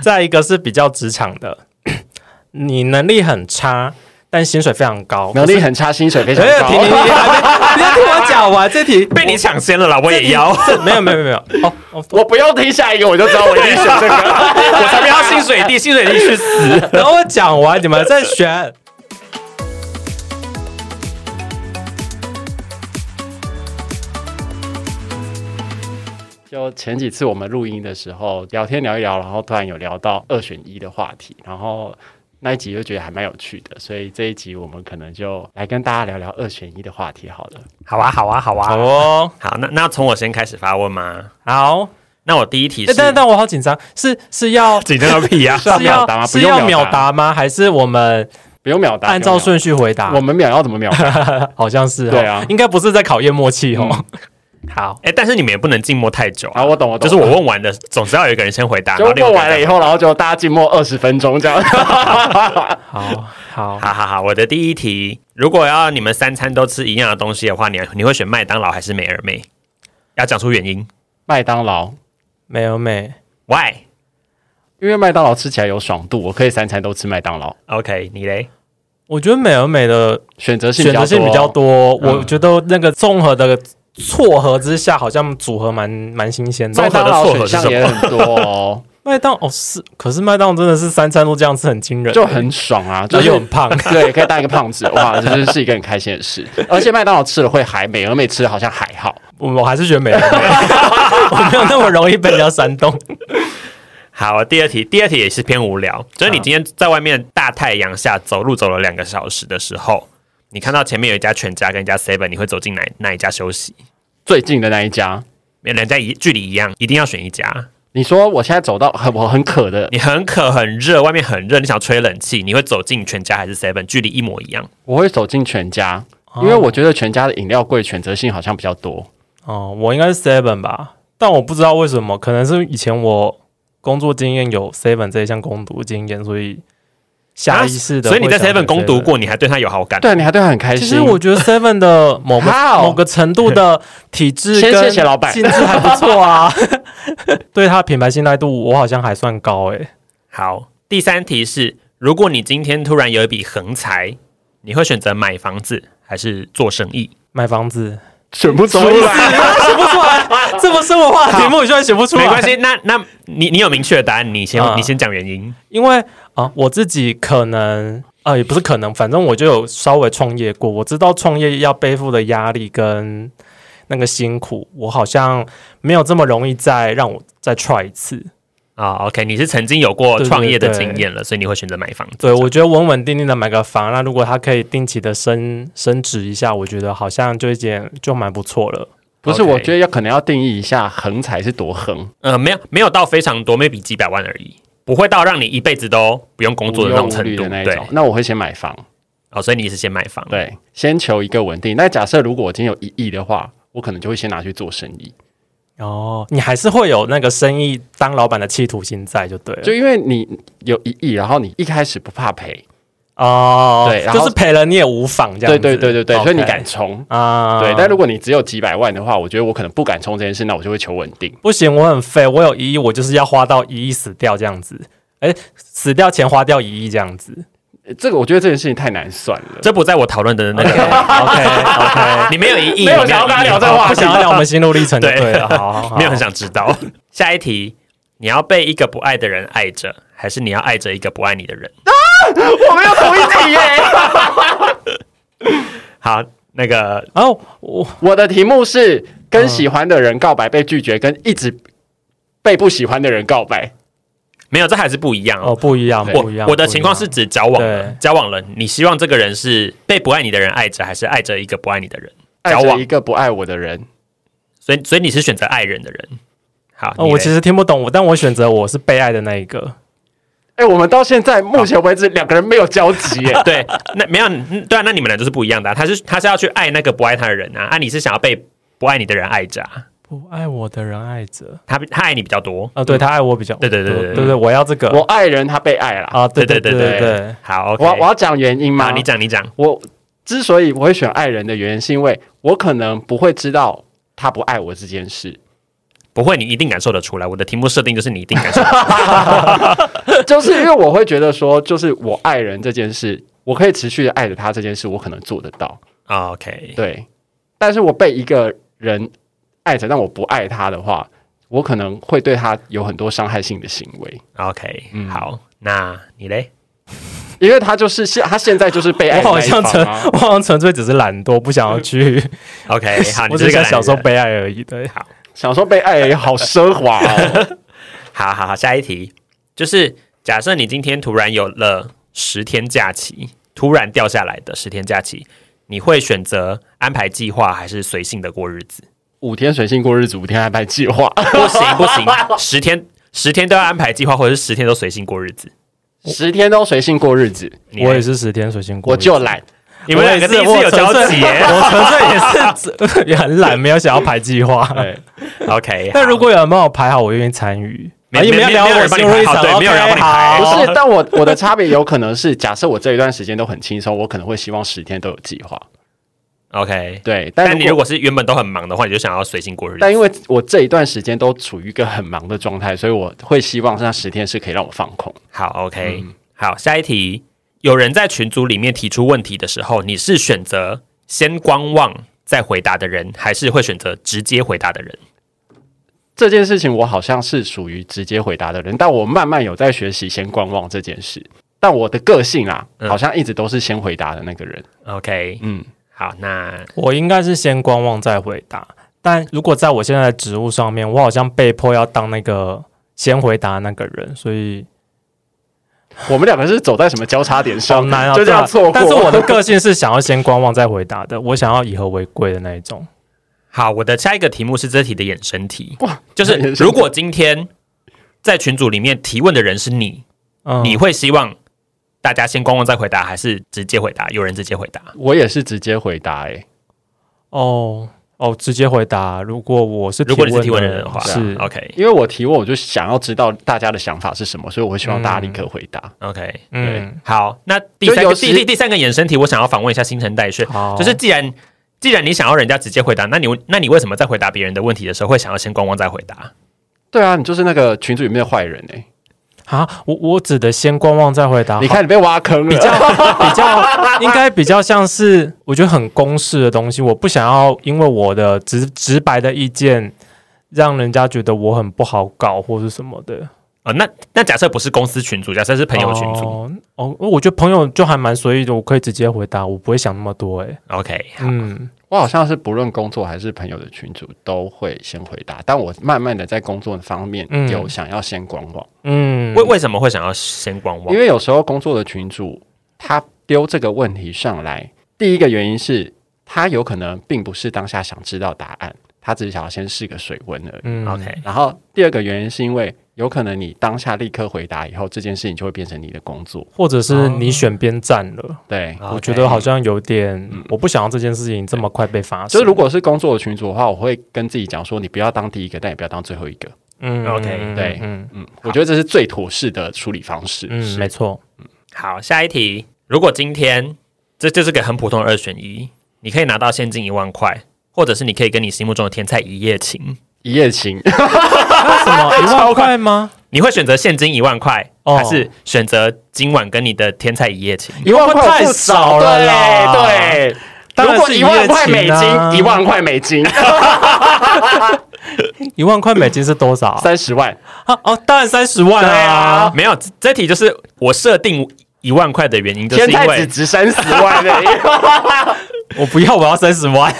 再一个是比较职场的，你能力很差，但薪水非常高。能力很差，薪水非常没有，停停停，高。还没你要听我讲完这题。被你抢先了啦，我也要，这没有没有没有没有哦哦，我不用听下一个，我就知道我一定选这个。我才不要薪水 低，薪水低去死。等我讲完，你们再选。就前几次我们录音的时候聊天聊一聊，然后突然有聊到二选一的话题，然后那一集就觉得还蛮有趣的，所以这一集我们可能就来跟大家聊聊二选一的话题好了。好啊，好啊，好啊。好哦，好，那那从我先开始发问吗？好。那我第一题哎，是，但但我好紧张，是是要紧张个 屁呀！啊是要是秒答吗？要不是用要秒，答吗？还是我们不用秒答，按照不用顺序回秒答答。我？们秒要怎么秒答？好像是哦，对啊应该不是在考验默契哦。好，哎，但是你们也不能静默太久啊啊，。我懂，我就懂，是我问完的，总是要有一个人先回答，然就后另外问一个完人了以后，然后就大家静默二十分钟这样。好，好，好好好，我的第一题，如果要你们三餐都吃一样的东西的话，你你会选麦当劳还是美而美？要讲出原因麦当劳，没有美， ，why？OK，、因为麦当劳吃起来有爽度，我可以三餐都吃麦当劳， OK，你嘞？我觉得美而美的选择性选择性比较。多，嗯我觉得那个综合的撮合之下，好像组合蛮蛮新鲜麦的。当劳选项也很多哦，麦当哦是，可是麦当真的是三餐都这样吃，很惊人，就很 爽啊，就然后是又很胖。 对，可以当一个胖子，哇， 这真是一个很开心 的事。而且麦当劳吃了会嗨，美而美吃了好像还好。我我还是觉得美而美，我没有那么容易被人家煽动。好，第二题，第二题也是偏无聊，就是你今天在外面大太阳下走路走了两个小时的时候，你看到前面有一家全家跟一家 Seven，你会走进哪哪一家休息？最近的那一家，两家一距离一样，一定要选一家。你说我现在走到很我很渴的，你很渴很热，外面很热，你想吹冷气，你会走进全家还是 Seven？距离一模一样。我会走进全家，啊因为我觉得全家的饮料柜选择性好像比较多。哦，我应该是 seven 吧，但我不知道为什么，可能是以前我工作经验有 seven 这一项攻读经验，所以下意识的、啊所以你在 Seven 攻读。过，你还对他有好感。对，你还对他很开心。其实我觉得 Seven 的某个 How？某个程度的体质先跟谢谢老板性质还不错啊， 对它品牌信赖度我好像还算高欸诶、好，第三题是：如果你今天突然有一笔横财，你会选择买房子还是做生意？买房子选不出来，选不出来，这不是我画的题目，你居然选不出来，没关，系，那那你你有明确的答案，你先、嗯你先讲原因。因为啊、我自己可能啊、也不是可能，反正我就有稍微创业过，我知道创业要背负的压力跟那个辛苦，我好像没有这么容易再让我再 try 一次。啊、o k 你是曾经有过对对创业的对经验了，所以你会选择买房子。对，我觉得稳稳定定的买个房，那如果它可以定期的升升值一下，我觉得好像就一件就蛮不错了。不是， OK 我觉得要可能要定义一下横才是多横，呃，没有没有到非常多，maybe 几百万而已，不会到让你一辈子都不用工作的那种无忧无程虑度。的那一对种，。那我会先买房，哦，所以你是先买嗯房。对，先求一个稳定。那假设如果我今天有一亿的话，我可能就会先拿去做生意，哦，你还是会有那个生意当老板的企图心在，就对了。就因为你有一亿，然后你一开始不怕赔，哦，对然就后是赔了你也无妨这样对子。对对对对， OK 所以你敢冲。啊？对，但如果你只有几百万的话，我觉得我可能不敢冲这件事，那我就会求稳定。不行，我很废，我有一亿，我就是要花到一亿死掉这样子。哎，死掉前花掉一亿这样 子。呃这个我觉得这件事情太难算了。这不在我讨论的那 OK 个， OK，你没有一亿，没有你想要跟他一亿聊这个话哦啊不想要聊我们心路历程就对了。好好好，没有很想知道。下一题，你要被一个不爱的人爱着，还是你要爱着一个不爱你的人？我没有同意题耶、好，那个哦，我 我的题目是跟喜欢的人告白被拒绝，跟一直被不喜欢的人告白。没有，这还是不一样哦哦。不一样，我不一样。我的不一样情况是指交往了对，交往了，你希望这个人是被不爱你的人爱着，还是爱着一个不爱你的人？爱交着往一个不爱我的人，所以所以你是选择爱人的人。好，哦，你我嘞。其实听不懂，我但我选择我是被爱的那一个。哎、我们到现在目前为止两个人没有交集耶 对，那没有嗯对啊，那你们俩就是不一样的啊、他是他是要去爱那个不爱他的人啊，啊，你是想要被不爱你的人爱着、啊，不爱我的人爱着他他爱你比较多。啊，对他爱我比较，对对对对对对对对，我要这个我爱人，他被爱了。啊，对对对对对对对，好，OK，我我要讲原因吗？好你讲你讲，我之所以 我会选爱人的原因，是因为我可能不会知道他不爱我这件事，不会，你一定感受得出来。我的题目设定就是你一定感受得 出来。就是因为我会觉得说，就是我爱人这件事，我可以持续的爱着他这件事，我可能做得到，啊 OK，对。但是我被一个人爱着，但我不爱他的话，我可能会对他有很多伤害性的行为， OK，、嗯好，那你嘞？因为他就是现他现在就是被爱 我的好那一像方纯啊。我好像纯粹只是懒惰，不想要去， OK，好，啊你我这只个想享受杯。悲哀而已。对，想说被爱也好奢 华哦，好好好，下一题就是假设你今天突然有了十天假期，突然掉下来的十天假期，你会选择安排计划还是随性的过日子？五天随性过日子，五天安排 计划， 不行不行，十天十天都要安排计划，或者是十天都随性过日子。十天都随性过日子，你我也嘞是十天水性过我日子，就懒。你们我两也是个第一次有交集耶。 我纯粹也是也 很懒，没有想要排计 划。对， OK， 但好如果有人帮我排好，我愿意参与。没啊因为没要聊没有我人帮你心路排历好程对没有人 OK，帮你排不好是，但我我的差别有可能是，假设我这一段时间都很轻松，我可能会希望十天都有计划。 OK，对，但但你如果是原本都很忙的话，你就想要随性过日子。但因为我这一段时间都处于一个很忙的状态，所以我会希望那十天是可以让我放空。好，OK，、好，下一题，有人在群组里面提出问题的时候，你是选择先观望再回答的人，还是会选择直接回答的人？这件事情我好像是属于直接回答的人，但我慢慢有在学习先观望这件事。但我的个性啊，嗯好像一直都是先回答的那个人。 OK，嗯，好，那我应该是先观望再回答。但如果在我现在的职务上面，我好像被迫要当那个先回答那个人，所以我们两个是走在什么交叉点好上？难啊。就这样对啊错过。但是我的个性是想要先观望再回答的，我想要以和为贵的那一种。好，我的下一个题目是这题的衍生题，哇，就是衍生题如果今天在群组里面提问的人是你，嗯，你会希望大家先观望再回答，还是直接回答？有人直接回答？我也是直接回答、欸，哦哦，直接回答。如果我是如果你是提问的的人的话，是 OK 因为我提问，我就想要知道大家的想法是什么，所以我会希望大家立刻回答。 OK，嗯，好，那第三就个有时第第第三个衍生题，我想要访问一下新陈代谢，好，就是既然既然你想要人家直接回答，那你那你为什么在回答别人的问题的时候会想要先观望再回答？对啊，你就是那个群主里面的坏人哎、啊，我我指的先观望再回答。你好看你被挖坑了，啊比较 比较应该比较像是我觉得很公式的东西，我不想要因为我的直直白的意见让人家觉得我很不好搞或是什么的。哦，那那假设不是公司群组，假设是朋友群组、哦哦，我觉得朋友就还蛮随意的，我可以直接回答，我不会想那么多、欸。 o k 嗯，我好像是不论工作还是朋友的群主都会先回答，但我慢慢的在工作方面嗯有想要先观望，嗯，为为什么会想要先观望因？为有时候工作的群主他丢这个问题上来，第一个原因是他有可能并不是当下想知道答案，他只是想要先试个水温而已。嗯 OK，然后第二个原因是因为有可能你当下立刻回答以后，这件事情就会变成你的工作。或者是你选边站了，对，哦我 OK 嗯觉得好像有点，我不想要这件事情这么快被发生。就是如果是工作的群组的话，我会跟自己讲说，你不要当第一个，但也不要当最后一个。嗯 OK，嗯对嗯嗯，我觉得这是最妥适的处理方式。嗯，没错，好，下一题，如果今天这这是个很普通的二选一，你可以拿到现金一万块，或者是你可以跟你心目中的天才一夜情，一夜情，啊什 么一万块吗？你会选择现金一万块，哦还是选择今晚跟你的天才一夜情？一万块太不少了啦对对。当然如果是一万块一夜美情金啊，一万块 美金，一万块美金是多少啊？三十万，啊哦，当然三十万啊！没有，这这题就是我设定一万块的原因，就是天因才只为值三十万的。 我不要，我要三十万。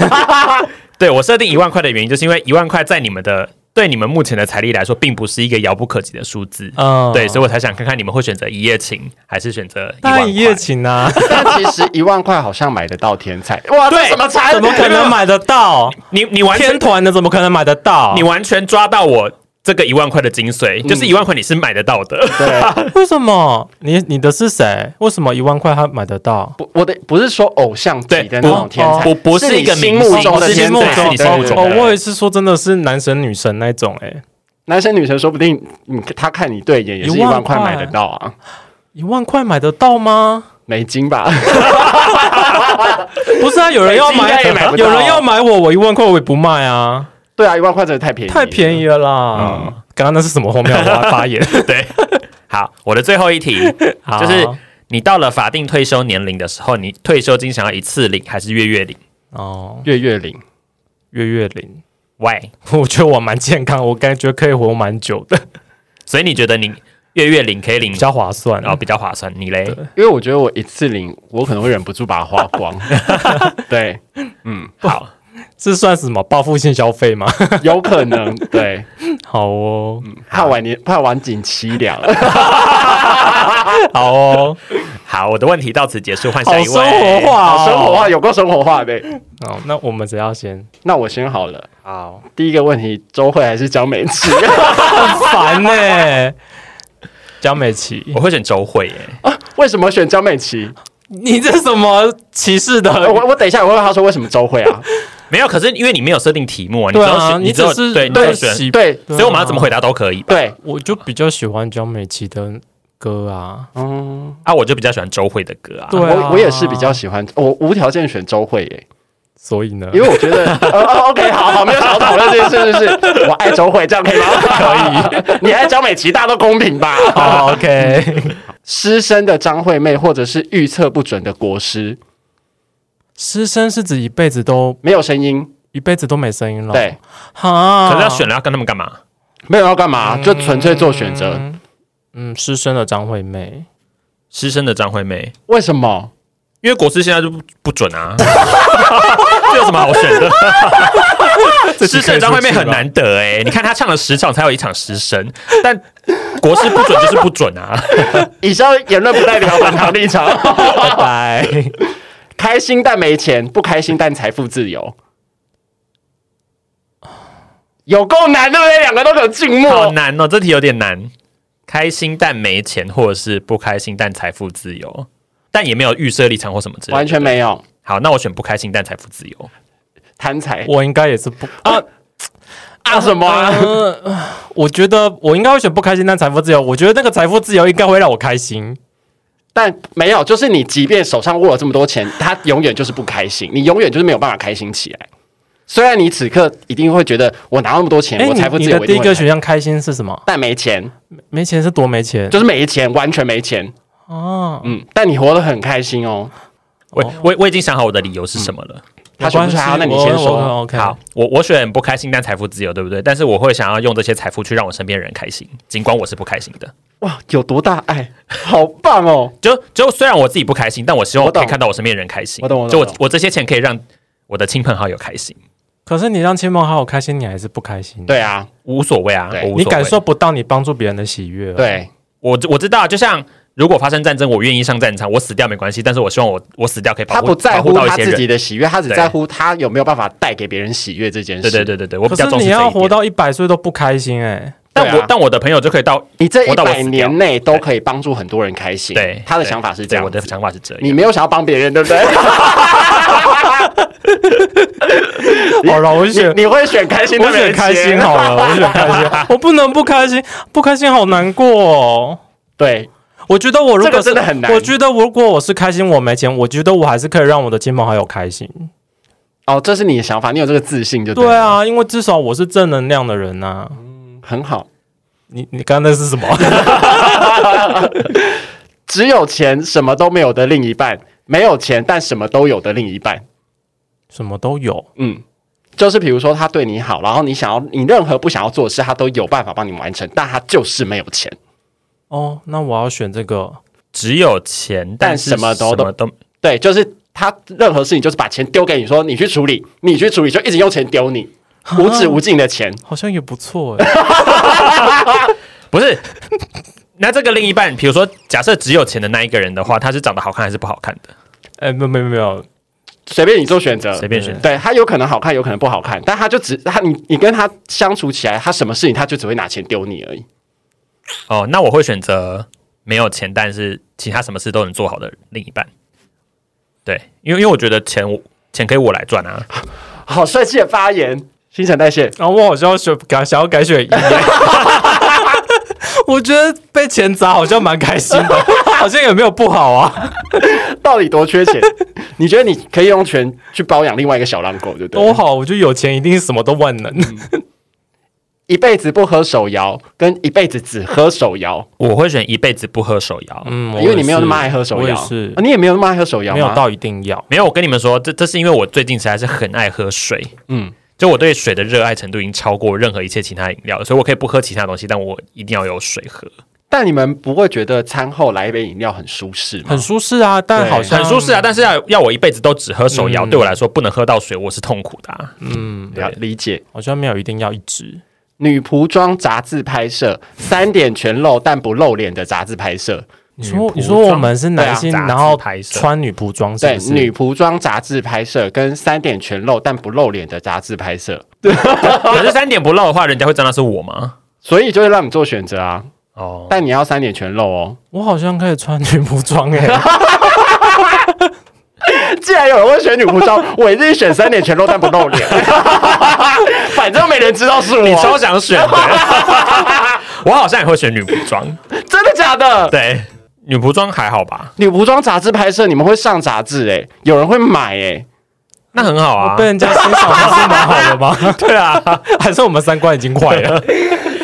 对我设定一万块的原因，就是因为一万块在你们的对你们目前的财力来说，并不是一个遥不可及的数字。嗯，对，所以我才想看看你们会选择一夜情，还是选择 一当万块然一夜？情 啊，但其实一万块好像买得到天才，哇，这对什么啊产怎么品可能？买得到？你你完全天团的怎么可能买得到？你完全抓到我这个一万块的精嗯髓，就是一万块你是买得到的。对，为什么？你你的是谁？为什么一万块他买得到？不，我的不是说偶像级对的那种天才，不不是一个你心明目星中我的是心天目才，中是你心目中哦的，我也是说真的是男神女神那种哎，男生女生说不定，你他看你对眼也是一一万万块块买得到啊，一万块买得到吗？ 美金吧？ 不是啊，有人要北京应该也买买，不 到有人要买我，我一万块我也不卖啊。对啊，一万块真的太便宜，太便宜。了嗯啦！刚刚那是什么荒谬的发 言？ 对，好，我的最后一题，好就是你到了法定退休年龄的时候，你退休金想要一次领还是月月领哦，月月领，月月领， ？Why？ 我觉得我蛮健康，我感觉可以活蛮久嗯的，所以你觉得你月月领可以领比，较划算。然后比较划算？你嘞？因为我觉得我一次领，我可能会忍不住把它花光。对，好，这算什么报复性消费吗？ 有可能，对，好哦，嗯怕晚年怕晚景凄凉了。 好哦，好，我的问题到此结束，换好下一生活位。化、哦，生活化有够生活化的。哦。那我们只要先那我先好了。好，第一个问题，周慧还是江美琪？ 很烦呢、 江美琪我，会选周慧耶，为什么选江美琪？你这什么歧视呃的？我我等一下我会问他说为什么周慧啊？没有，可是因为你没有设定题目啊，你只对有啊，选，你只只有是对，你只对有选，喜对对啊所以我们要怎么回答都可以吧。对，我就比较喜欢江美琪的歌啊，嗯，啊，我就比较喜欢周慧的歌啊。对啊我我也是比较喜欢，我无条件选周慧耶，所以呢，因为我觉得， 呃哦，OK，好好，没有想要讨论这件事，就是我爱周慧，这样可以吗？ 可以，你爱江美琪，大家都公平吧？ 好 OK， 失身的张惠妹，或者是预测不准的国师，师生是指一辈子都没有声音，一辈子都没声音了，对，哈，可是要选了要跟他们干嘛？没有要干嘛，就纯粹做选择。嗯，师生的张惠妹，师生的张惠妹，为什么？因为国师现在就不不准啊， 这有什么好选 的？师生的张惠妹很难得哎、你看她唱了十场才有一场师生，但国师不准就是不准 啊。以上言论不代表本堂立场。 拜拜。开心但没钱，不开心但财富自由。有够难，对不对？两个都很静好默。难哦，这题有点难。开心但没钱，或者是不开心但财富自由，但也没有预设立场或什么之类完的。全没有好，那我选不开心但财富自由。贪财 我应该也是 不啊啊什么啊、呃 我觉得我应该会选不开心但财富自由。我觉得那个财富自由应该会让我开心。但没有，就是你即便手上握了这么多钱，他永远就是不开心，你永远就是没有办法开心起来。虽然你此刻一定会觉得我拿那么多钱，哎，我财富你自你由，的我一第一个定会开心选项开心是什么？但没钱，没钱是多没钱就是没钱，完全没钱。哦，嗯，但你活得很开心哦。我我我已经想好我的理由是什么了。他选不出来啊，那你先说。哦 OK，好，我我选不开心但财富自由，对不对？但是我会想要用这些财富去让我身边人开心，尽管我是不开心的。哇，有多大爱， 好棒哦！就就虽然我自己不开心，但我希望我懂可以看到我身边人开心。我懂我懂就我懂我我这些钱可以让我的亲朋好友开心，可是你让亲朋好友开心，你还是不开心。，对啊，无所谓啊，对我无所谓你感受不到你帮助别人的喜悦。，啊对，我知我知道，就像如果发生战争，我愿意上战场，我死掉没关系，但是我希望我我死掉可以保他护不在保护乎到一他些自己人。的喜悦，他只对在乎他有没有办法带给别人喜悦这件事。对对，对对对，我比可较是重视你这一要点。活到一百岁都不开心哎。但我、对啊但我的朋友就可以到你这活一到我百死掉年内都可以帮助很多人开心。对他的想法是这对样我的子。想法是这样。你没有想要帮别人，对不 对？好了，我选你 会选开心，我选开心好。了，我选开心，我不能不开心，不开心好难过哦。 对，我觉得我如这果个是真的很难。我觉得如果我是开心，我没钱，我觉得我还是可以让我的亲朋好友开心。哦，这是你的想法，你有这个自信就对了，啊，因为至少我是正能量的人呐、很好。你你刚才那是什么？ 只有钱什么都没有的另一半，没有钱但什么都有的另一半。什么都有，嗯，就是比如说他对你好，然后你想要你任何不想要做的事，他都有办法帮你完成，但他就是没有钱。哦，那我要选这个。只有钱，但是什么都什么都对，就是他任何事情就是把钱丢给你说你去处理，你去处理，就一直用钱丢你，无啊止无尽的钱。好像也不错 哎、不是。 那这个另一半，比如说，假设只有钱的那一个人的话，他是长得好看还是不好看的？哎、没有没有没有，随便你做选择，随便选。对他有可能好看，有可能不好看，但他就只他你你跟他相处起来，他什么事情他就只会拿钱丢你而已。哦，那我会选择没有钱，但是其他什么事都能做好的另一半。对，因为因为我觉得钱我钱可以我来赚啊。好帅气的发哦言，新陈代谢。 然后我好像要选改想要改选一耶，我觉得被钱砸好像蛮开心 的，好像也没有不好啊。到底多缺钱？ 你觉得你可以用钱去包养另外一个小狼狗，对不对？嗯都好，我觉得有钱一定是什么都万能。一辈子不喝手摇，跟一辈子只喝手摇，我会选一辈子不喝手摇。嗯，因为你没有那我也是么爱喝手我也摇，是啊你也没有那么爱喝手摇没吗，有到一定要。没有，我跟你们说，这这是因为我最近实在是很爱喝水，嗯，就我对水的热爱程度已经超过任何一切其他饮料了，所以我可以不喝其他东西，但我一定要有水喝。但你们不会觉得餐后来一杯饮料很舒适吗很？舒适啊，但对好像很舒适啊，但是要要我一辈子都只喝手摇，嗯对我来说不能喝到水，我是痛苦的、 啊。嗯，了理解。好像没有一定要一直。女仆装杂志拍摄，三点全露但不露脸的杂志拍摄，你说女仆你说我们是男性，装对啊然后杂志拍摄穿女仆装，是对，不是？女仆装杂志拍摄跟三点全露但不露脸的杂志拍摄，可是三点不漏的话，人家会知道那是我吗？所以就会让你做选择啊。哦，但你要三点全露 哦。我好像可以穿女仆装欸诶、既然有人会选女仆 装，我一定选三点全露但不露 脸，反正没人知道是我。你 超想选的， 我好像也会选女仆装，真的假的？对，女仆装还好吧？女仆装杂志拍摄，你们会上杂志哎、有人会买哎、那很好啊被，人家欣赏不是蛮好的吗？对啊， 还是我们三观已经坏了？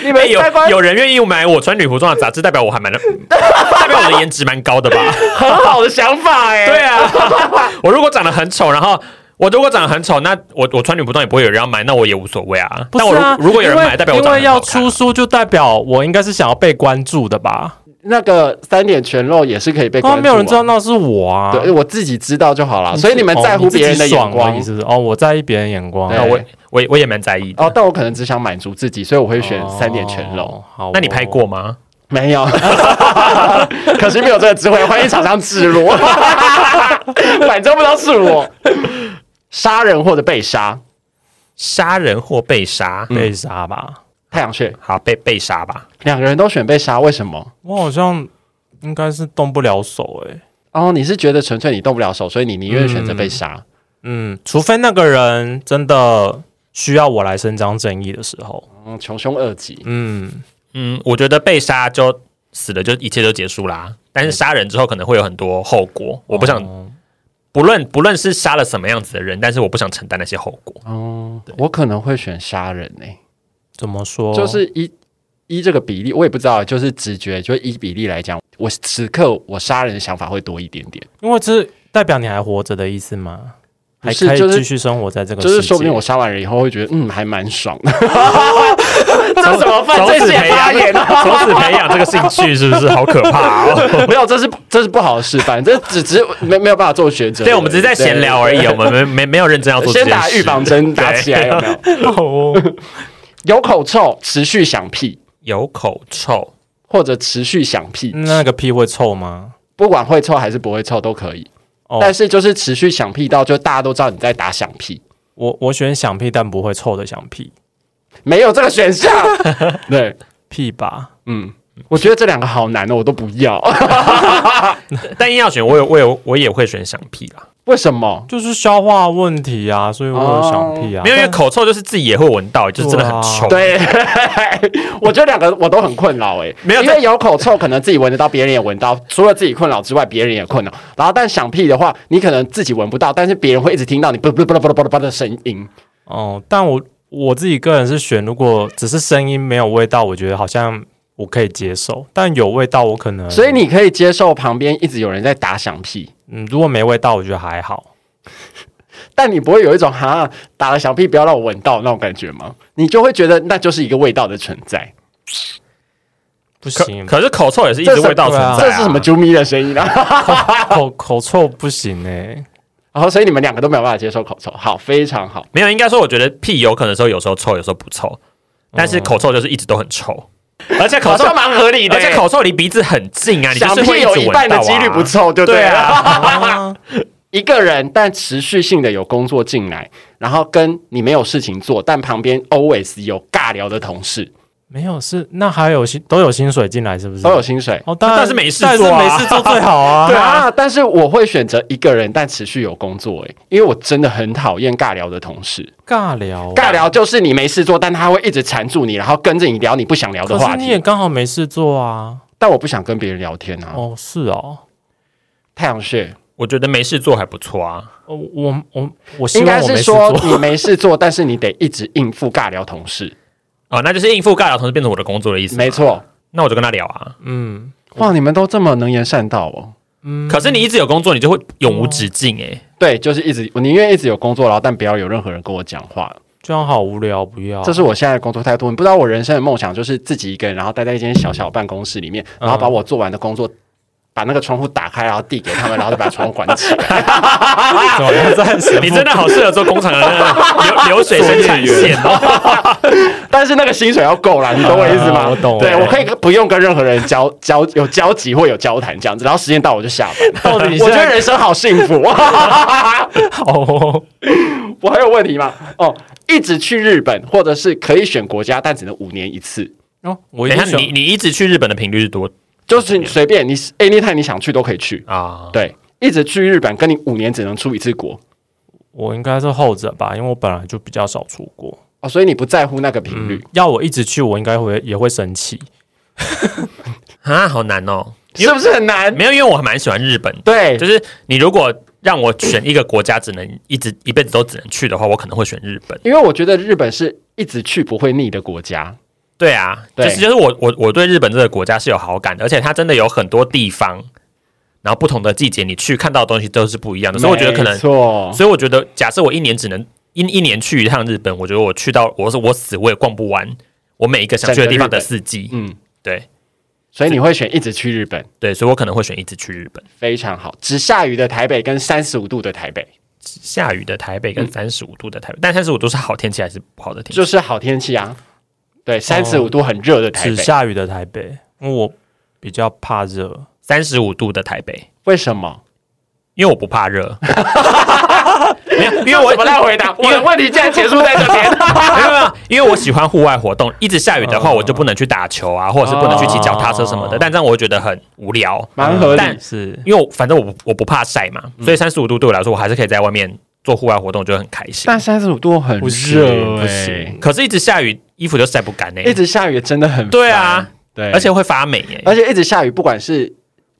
你哎们有三观有人愿意买我穿女仆装的杂志，代表 我还蛮，代表我的颜值蛮高的吧？很好的想法哎、对啊， 我如果长得很丑，然后。我如果长得很丑，那我我穿女仆装也不会有人要买，那我也无所谓啊。 不但是我啊，如如果有人因为买，代表我因长得为很好要看啊出书，就代表我应该是想要被关注的吧？那个三点全露也是可以被刚刚关注、啊哦没有人知道。那是我啊，哦对，我自己知道就好了，你所以你们在乎别人的眼哦光你自己爽而已是不是？哦，我在意别人眼光。对那我我也我也蛮在意的。哦，但我可能只想满足自己，所以我会选三点全露。哦好哦，那你拍过吗？没有， 可惜没有这个智慧，欢迎厂商指 罗，反正不知道是我杀人或者被杀，杀人或被杀？嗯被杀吧？太阳穴好，被被杀吧。两个人都选被杀，为什么？我好像应该是动不了手欸诶、哦，你是觉得纯粹你动不了手，所以你宁愿选择被杀？嗯，除非那个人真的需要我来伸张正义的时候，嗯，穷凶恶极。嗯，嗯，我觉得被杀就死了，就一切就结束啦。但嗯是杀人之后可能会有很多后果，我不想，哦不论不论是杀了什么样子的人，但是我不想承担那些后果。哦，我可能会选杀人呢、怎么说，就是依依这个比例，我也不知道，就是直觉，就依比例来讲，我此刻我杀人的想法会多一点点，因为这代表你还活着的意思吗？不还是可以就是继续生活在这个世就界，是说不定我杀完人以后会觉得，嗯，还蛮爽的。 这什 么犯罪从此性培养发言，从此培养这个兴趣是不是好可怕 哦？没有，这是这是不好的示范，这只只是没没有办法做选择。对，我们只是在闲聊而已，我们没没没有认真要对。做。先打预防，针，打起来有没 有？好哦有口臭，持续响屁，有口臭，或者持续响屁，嗯那个屁会臭吗？不管会臭还是不会臭都可以。哦，但是就是持续响屁到就大家都知道你在打响屁，我我选响屁但不会臭的响屁，没有这个选 项。对，屁吧。嗯，我觉得这两个好难哦，我都不要。 但硬要选，我有我有我也会选响屁啦，为什么？就是消化问题啊，所以我有想屁哦啊。没有因为口臭就是自己也会闻到，就是真的很对啊臭。对， 我觉得两个我都很困扰哎、没有因为有口臭，可能自己闻得到，别人也闻到，除了自己困扰之外，别人也困扰。然后但响屁的话，你可能自己闻不到，但是别人会一直听到你啵啵啵啵啵啵啵的声音。哦，但我我自己个人是选，如果只是声音没有味道，我觉得好像我可以接受，但有味道我可嗯能。所以你可以接受旁边一直有人在打响屁，嗯，如果没味道，我觉得还好。但你不会有一种哈打了响屁不要让我闻到那种感觉吗？你就会觉得那就是一个味道的存在。不可行，可是口臭也是一直味道存在、啊这是什么？啾咪的声音啊？ 口口臭不行哎、然后所以你们两个都没有办法接受口臭，好，非常好。没有，应该说我觉得屁有可能说有时候臭，有时候不哦臭，但是口臭就是一直都 很臭，而且口臭好像蛮合理的欸而且口臭离鼻子很近啊，你就想是会屁有直一闻到啊半的几率不 臭，对不对啊？啊，啊 一个人但持续性的有工作进来，然后跟你没有事情做，但旁边 always 有尬聊的同事，没有是那还有薪都有薪水进来是不是？都有薪水。哦，当但然是没事但是做啊没事做最好啊。 对啊，但是我会选择一个人，但持续有工作、欸，因为我真的很讨厌尬聊的同事。尬聊，啊尬聊就是你没事做，但他会一直缠住你，然后跟着你聊你不想聊的可话是题。你也刚好没事做啊。但我不想跟别人聊天啊。哦，是哦，太阳穴我觉得没事做还不错啊。哦我我我希应望该我是没事说做。你没事做，但是你得一直应付尬聊同事。哦，那就是应付尬聊同事变成我的工作的意思。没，错，那我就跟他聊啊。嗯，哇，你们都这么能言善道哦。可是你一直有工作，你就会永无止境哎、对，就是一直我宁愿一直有工作，然后但不要有任何人跟我讲话。这样好无聊，不要。这是我现在的工作态度。你不知道我人生的梦想就是自己一个人，然后待在一间小小办公室里面，然后把我做完的工作，把那个窗户打开，然后递给他们，然后再把窗户关起 来。怎哦么 样在什啊你真的好适合做工厂的那个流流水生产线哦。但是那个薪水要够啦，你哦懂我意思 吗？啊我懂对我懂我可以不用跟任何人交 交有交集或有交谈这样子，然后时间到我就下班。到底你我现觉得在人生好幸 福。好哦？我还有问题吗？哦，一直去日本，或者是可以选国家，但只能五年一次。哦，我等一一下定，选你你一直去日本的频率是多就是你随便你哎 anytime 你想去都可以去，啊？对，一直去日本，跟你五年只能出一次国我应该是后者吧，因为我本来就比较少出国。哦，所以你不在乎那个频率。要我一直去，我应该会也会生气。啊，好难哦。是不是很难？没有，因为我还蛮喜欢日本的。对，就是你如果让我选一个国家，只能一直一辈子都只能去的话，我可能会选日本。因为我觉得日本是一直去不会腻的国家。对啊，对就是就是我我我对日本这个国家是有好感的，而且它真的有很多地方，然后不同的季节你去看到的东西都是不一样的，所以我觉得可能没，错，所以我觉得假设我一年只能一一年去一趟日本，我觉得我去到我是我死我也逛不完，我每一个想去的地方的四季，嗯，对所以你会选一直去日本，对，所以我可能会选一直去日本。非常好。只下雨的台北跟三十五度的台北，下雨的台北嗯跟三十五度的台北，但三十五度是好天气还是不好的天气？就是好天气啊。对，三十五度很热的台只北，下雨的台北，因为我比较怕热。三十五度的台北，为什么？因为我不怕热。 没有，因为我我怎么来回答？我的问题竟然结束在这边。 没有没有，因为我喜欢户外活动。一直下雨的话，哦我就不能去打球啊，或者是不能去骑脚踏车什么的。哦但这样我会觉得很无聊，蛮合理但是因为我反正我不我不怕晒嘛，嗯所以三十五度对我来说，我还是可以在外面做户外活动，我觉得很开心。但三十五度很不热、哎行不行，可是，一直下雨，衣服就晒不干呢、嗯一直下雨真的很烦对啊，对，而且会发霉、而欸。且一直下雨，不管是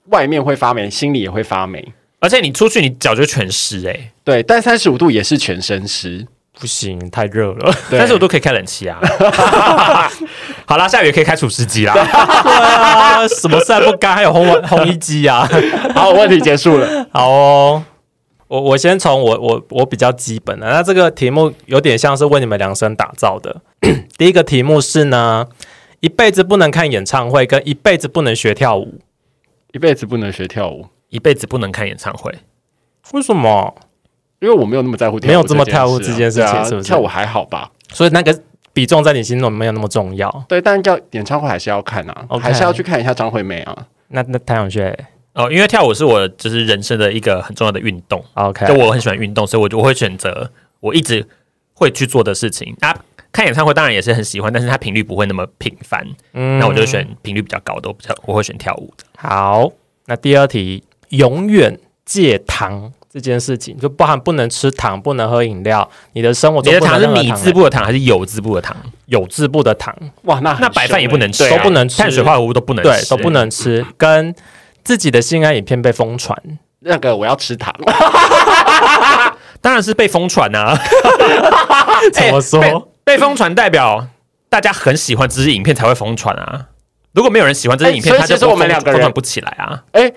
外面会发霉，心里也会发霉。而且你出去，你脚就全湿哎、对，但三十五度也是全身湿。不行，太热了。 欸。对但是我都可以开冷气啊。好啦，下雨也可以开除湿机啦。对啊，什么晒不干，还有烘完烘衣机啊。 好，问题结束了。好哦，我我先从我我我比较基本的，那这个题目有点像是为你们量身打造的。 第一个题目是呢，一辈子不能看演唱会，跟一辈子不能学跳舞，一辈子不能学跳舞，一辈子不能看演唱会。为什么？因为我没有那么在乎跳舞、没有这么在乎这件事情对啊是不是跳舞还好吧？所以那个比重在你心中没有那么重要。对，但要演唱会还是要看啊 OK 还是要去看一下张惠妹啊。那那谭永学哦，因为跳舞是我就是人生的一个很重要的运动， ，OK，就我很喜欢运动，所以我就我会选择我一直会去做的事情。啊，看演唱会当然也是很喜欢，但是它频率不会那么频繁，嗯那我就选频率比较高的，我比较我会选跳舞的。好。那第二题，永远戒糖这件事情，就包含不能吃糖，不能喝饮料，你的生活你中的不能糖是任何米糖啊字部的糖还是有字部的糖？有字部的糖，哇，那很那白饭也不能凶欸吃，对啊都不能吃碳水化合物都不能吃，对，都不。能吃，跟自己的性爱影片被疯 传，那个我要吃糖， 当然是被疯传啊！怎么说？哎被被疯传代表大家很喜欢这支影片才会疯传啊。如果没有人喜欢这支影片，哎所以它就其实我们疯两个人疯传不起来啊。哎、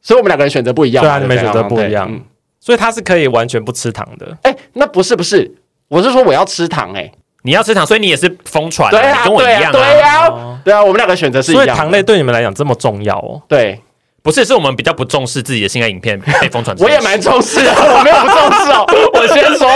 所以我们两个人选择不一样对嘛。啊，你不们选择不一样，嗯所以他是可以完全不吃糖的。哎、那不是不是，我是说我要吃糖、哎，你要吃糖，所以你也是疯传、对你啊，跟我一对样啊，对哦啊，对啊，我们两个选择是一所样以的。糖类对你们来讲这么重要哦。对，不是，是我们比较不重视自己的性爱影片 被疯传这我件事。也蛮重视的，我没有不重视哦。我先说，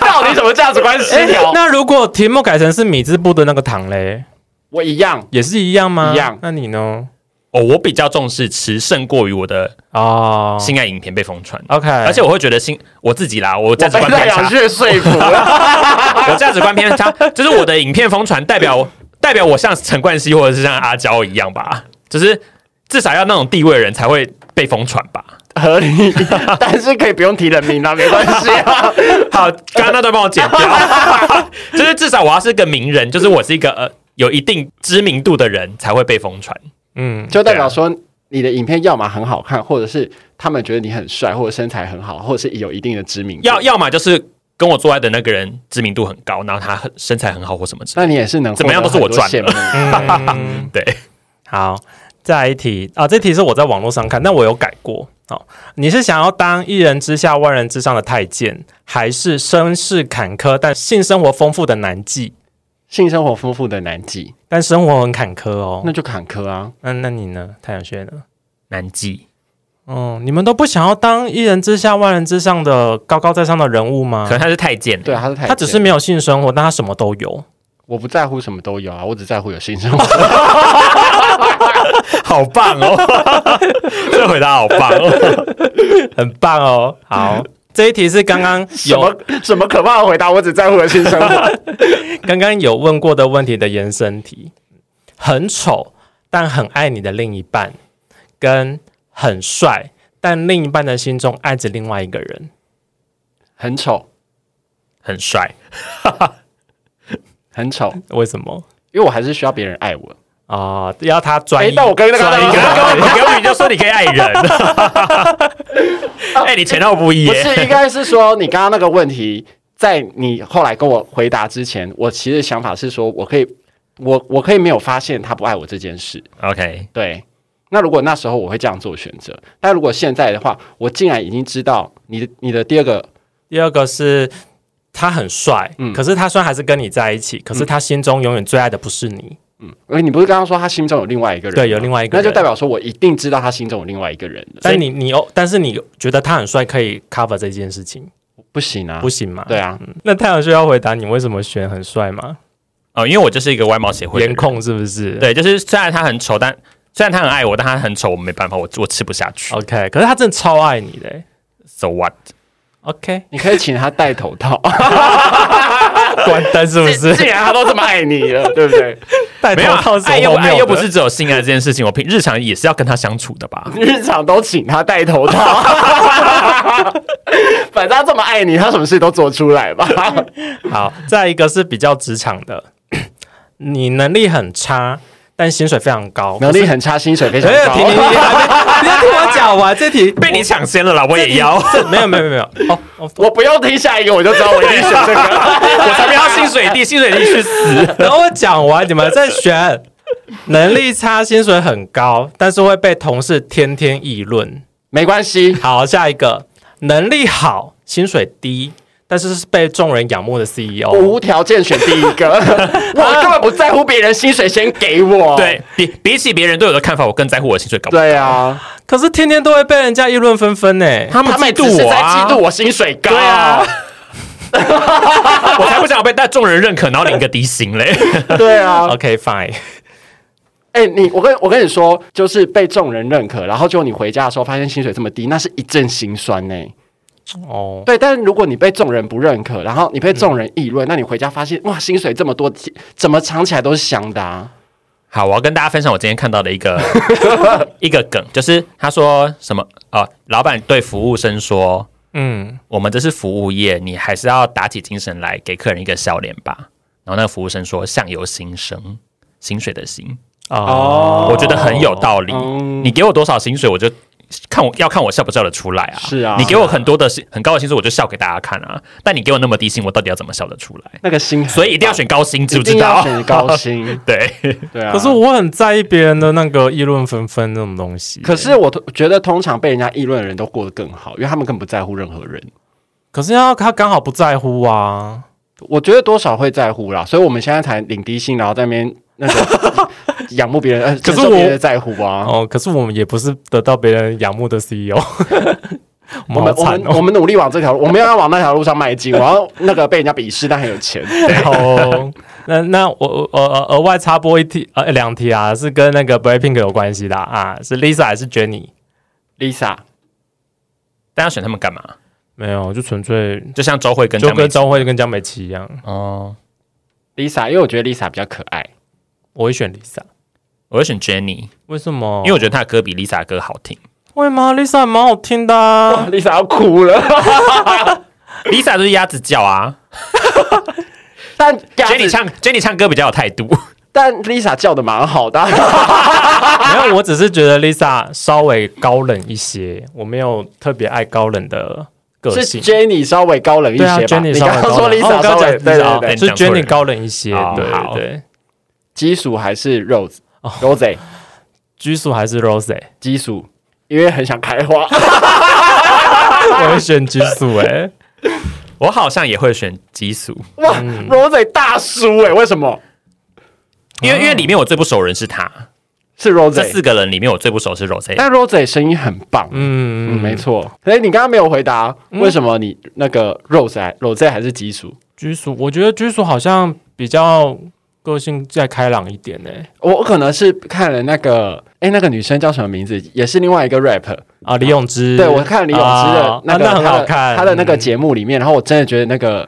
到底什么价值观失调？那如果题目改成是米字部的那个糖嘞，我一样，也是一样吗？一样那你呢？哦，我比较重视吃，胜过于我的哦性爱影片被疯传。 ，OK，而且我会觉得性我自己啦，我哎价我值被观太偏 阳差，穴说服了。我价值观偏差，就是我的影片疯传代表代表我像陈冠希或者是像阿娇一样吧，就是至少要那种地位的人才会被疯传吧。 合理， 但是可以不用提人名啦，没关系啊。好，刚刚那段帮我剪掉，就是至少我要是个名人，就是我是一个呃有一定知名度的人才会被疯传。 嗯， 就代表说你的影片要么很好看，或者是他们觉得你很帅，或者身材很好，或者是有一定的知名度。要要么就是跟我做爱的那个人知名度很高，然后他很身材很好或什么之类那你也是能怎么样都是我赚的的。嗯的。对，好，再来一题啊，这题是我在网络上看，但我有改过。好、你是想要当一人之下万人之上的太监，还是身世坎坷但性生活丰富的男妓？ 性生活丰富的男妓，但生活很坎坷哦。那就坎坷啊。那那你呢，太阳穴呢？男妓哦，你们都不想要当一人之下万人之上的高高在上的人物吗可？能他是太监，对，啊，他是太他只是贱没有性生活，但他什么都有。我不在乎什么都有啊，我只在乎有性生活。好棒 哦，这回答好棒哦，很棒哦。好，这一题是刚刚什有么什么可怕的回答？我只在乎有性生活。刚刚有问过的问题的延伸题：很丑但很爱你的另一半，跟很帅但另一半的心中爱着另外一个人。 很丑，很帅，很丑，为什么因为我还是需要别人爱我。啊、要他专哎一？，但我跟那所以个你刚刚你根本就说你可以爱人，哎，你前后不 一不耶，是，应该是说你刚刚那个问题，在你后来跟我回答之前，我其实想法是说，我可以，我我可以没有发现他不爱我这件事。 OK，对，那如果那时候我会这样做选择，但如果现在的话，我竟然已经知道你的你的第二个第二个是他很帅，嗯可是他虽然还是跟你在一起，可是他心中永远最爱的不是你。而哎你不是刚刚说他心中有另外一个人吗？对有另外一个人那就代表说我一定知道他心中有另外一个人了。所但以你你哦，但是你觉得他很帅可以 cover 这件事情，不行啊，不行吗？对。啊，那太阳需要回答你为什么选很帅吗？哦，因为我就是一个外貌协会的颜人，控是不是？对，就是虽然他很丑，但虽然他很爱我，但他很丑，我没办法，我我吃不下去。 ，OK。可是他真的超爱你的欸、 So what？ OK，你可以请他戴头 套，关灯是不哎既是？然他都这么爱你 了，对不对？戴没哎头有啊套是爱又荒谬爱的又不是只有性爱这件事情，我平日常也是要跟他相处的吧。日常都请他戴头 套，反正他这么爱你，他什么事都做出来吧。嗯好。再一个是比较职场的， 你能力很差，但薪水非常高。能力很差，薪水非常哎停停停，高。还没你要听我讲完这题。被你抢先了啦，我也要，这没有没有没有没有哦哦，我不用听下一个，我就知道我一定选这 个。我才不要薪水低，薪水低去死。等我讲完，你们再选。能力差，薪水很高，但是会被同事天天议论。没关系，好，下一个，能力好，薪水低，但是是被众人仰慕的 E CEO。无条件选第一 个，我根本不在乎别人薪水，先给我。对比比起别人对我的看法，我更在乎我的薪水高不高。哦对啊，可是天天都会被人家议论纷纷呢。他们他嫉们只妒是我在啊，嫉妒我薪水高。对啊，我才不想被大众人认可，然后领个低薪嘞。 对 啊。 OK fine，哎、你我跟我跟你说，就是被众人认可，然后就你回家的时候发现薪水这么低，那是一阵心酸呢、哦，对，但是如果你被众人不认可，然后你被众人议论，那你回家发现哇，薪水这么多，怎么藏起来都是香的、啊。好，我要跟大家分享我今天看到的一个一个梗，就是他说什么哦，老板对服务生说。嗯，我们这是服务业，你还是要打起精神来给客人一个笑脸吧。然后那个服务生说：“相由心生，薪水的薪。哦，我觉得很有道理。嗯你给我多少薪水，我就看我要看我笑不笑得出来啊。是啊你给我很多的薪很高的薪水，我就笑给大家看啊。但你给我那么低薪，我到底要怎么笑得出来？那个薪，所以一定要选高薪，哎知一不知定要道？选高薪。 对，对啊，可是我很在意别人的那个议论纷纷那种东西。可是我觉得通常被人家议论的人都过得更好，因为他们更不在乎任何人。可是要他刚好不在乎啊，我觉得多少会在乎啦，所以我们现在才领低薪，然后在那边那个仰慕别人，呃可是承受别人我的在乎啊。哦，可是我们也不是得到别人仰慕的 CEO，我 我们们我好惨们我哦，们努力往这条路，我们要往那条路上迈进。我要那个被人家鄙视，但很有钱。好 哦。那那我我我呃额外插播一题呃两题啊，是跟那个 Blackpink 有关系的啊，啊是 Lisa 还是 Jennie？ Lisa，但要选他们干嘛？没有，就纯粹就像周慧跟就张美跟张惠跟江美琪一样。哦， Lisa，因为我觉得 Lisa 比较可爱，我会选 Lisa，我会选 Jenny，哦为什么？因为我觉得她的歌比 Lisa 的歌好听。为吗？Lisa 蛮好听的、哇啊， ，Lisa 要哭 了， Lisa 就是鸭子叫啊但鸭，Jenny 子，唱 Jenny 唱歌比较有态度。但 Lisa 叫的蛮好的啊，没有，我只是觉得 Lisa 稍微高冷一些，我没有特别爱高冷的个是性。 Jenny 稍微高冷一些对啊吧。 ，Jenny 你稍刚微刚高说冷，哦 Lisa 我刚稍刚讲微对对 Lisa，对，对是你讲错 Jenny 人高冷一些哦，对好对对，基础还是 Rose 哦 Rose 拘束还是 Rose，欸基础，因为很想开花。我会选拘束 哎，我好像也会选基素，哇，Rose 嗯大叔哎，为什么因为因为里面我最不熟人是他，是这 Rose？四个人里面我最不熟是 Rose。但 Rose 声音很棒，嗯嗯，没错。所以你刚刚没有回答为什么你那个 Rose 还 Rose 还是基础？拘束，我觉得拘束好像比较个性再开朗一点欸呢、我我可能是看了那个，哎，那个女生叫什么名字？也是另外一个 rap。啊，李永芝，对我看李永芝的啊那啊那个她很的好看，她的那个嗯节目里面，然后我真的觉得那个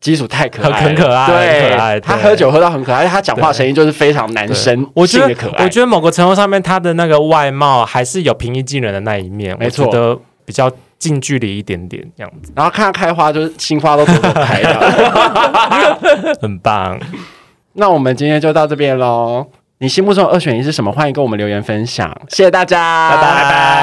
基础太可爱了，很很可爱很对，可爱对他喝酒喝到很可爱，而且他讲话声音就是非常男生我觉性得的可，爱。我觉得某个程度上面，她的那个外貌还是有平易近人的那一面，没错我觉得比较近距离一点点，这 样子然后看他开花，就是心花都朵朵开了。很棒。那我们今天就到这边喽。你心目中的二选一是什么？欢迎跟我们留言分享，谢谢大家， 拜拜拜拜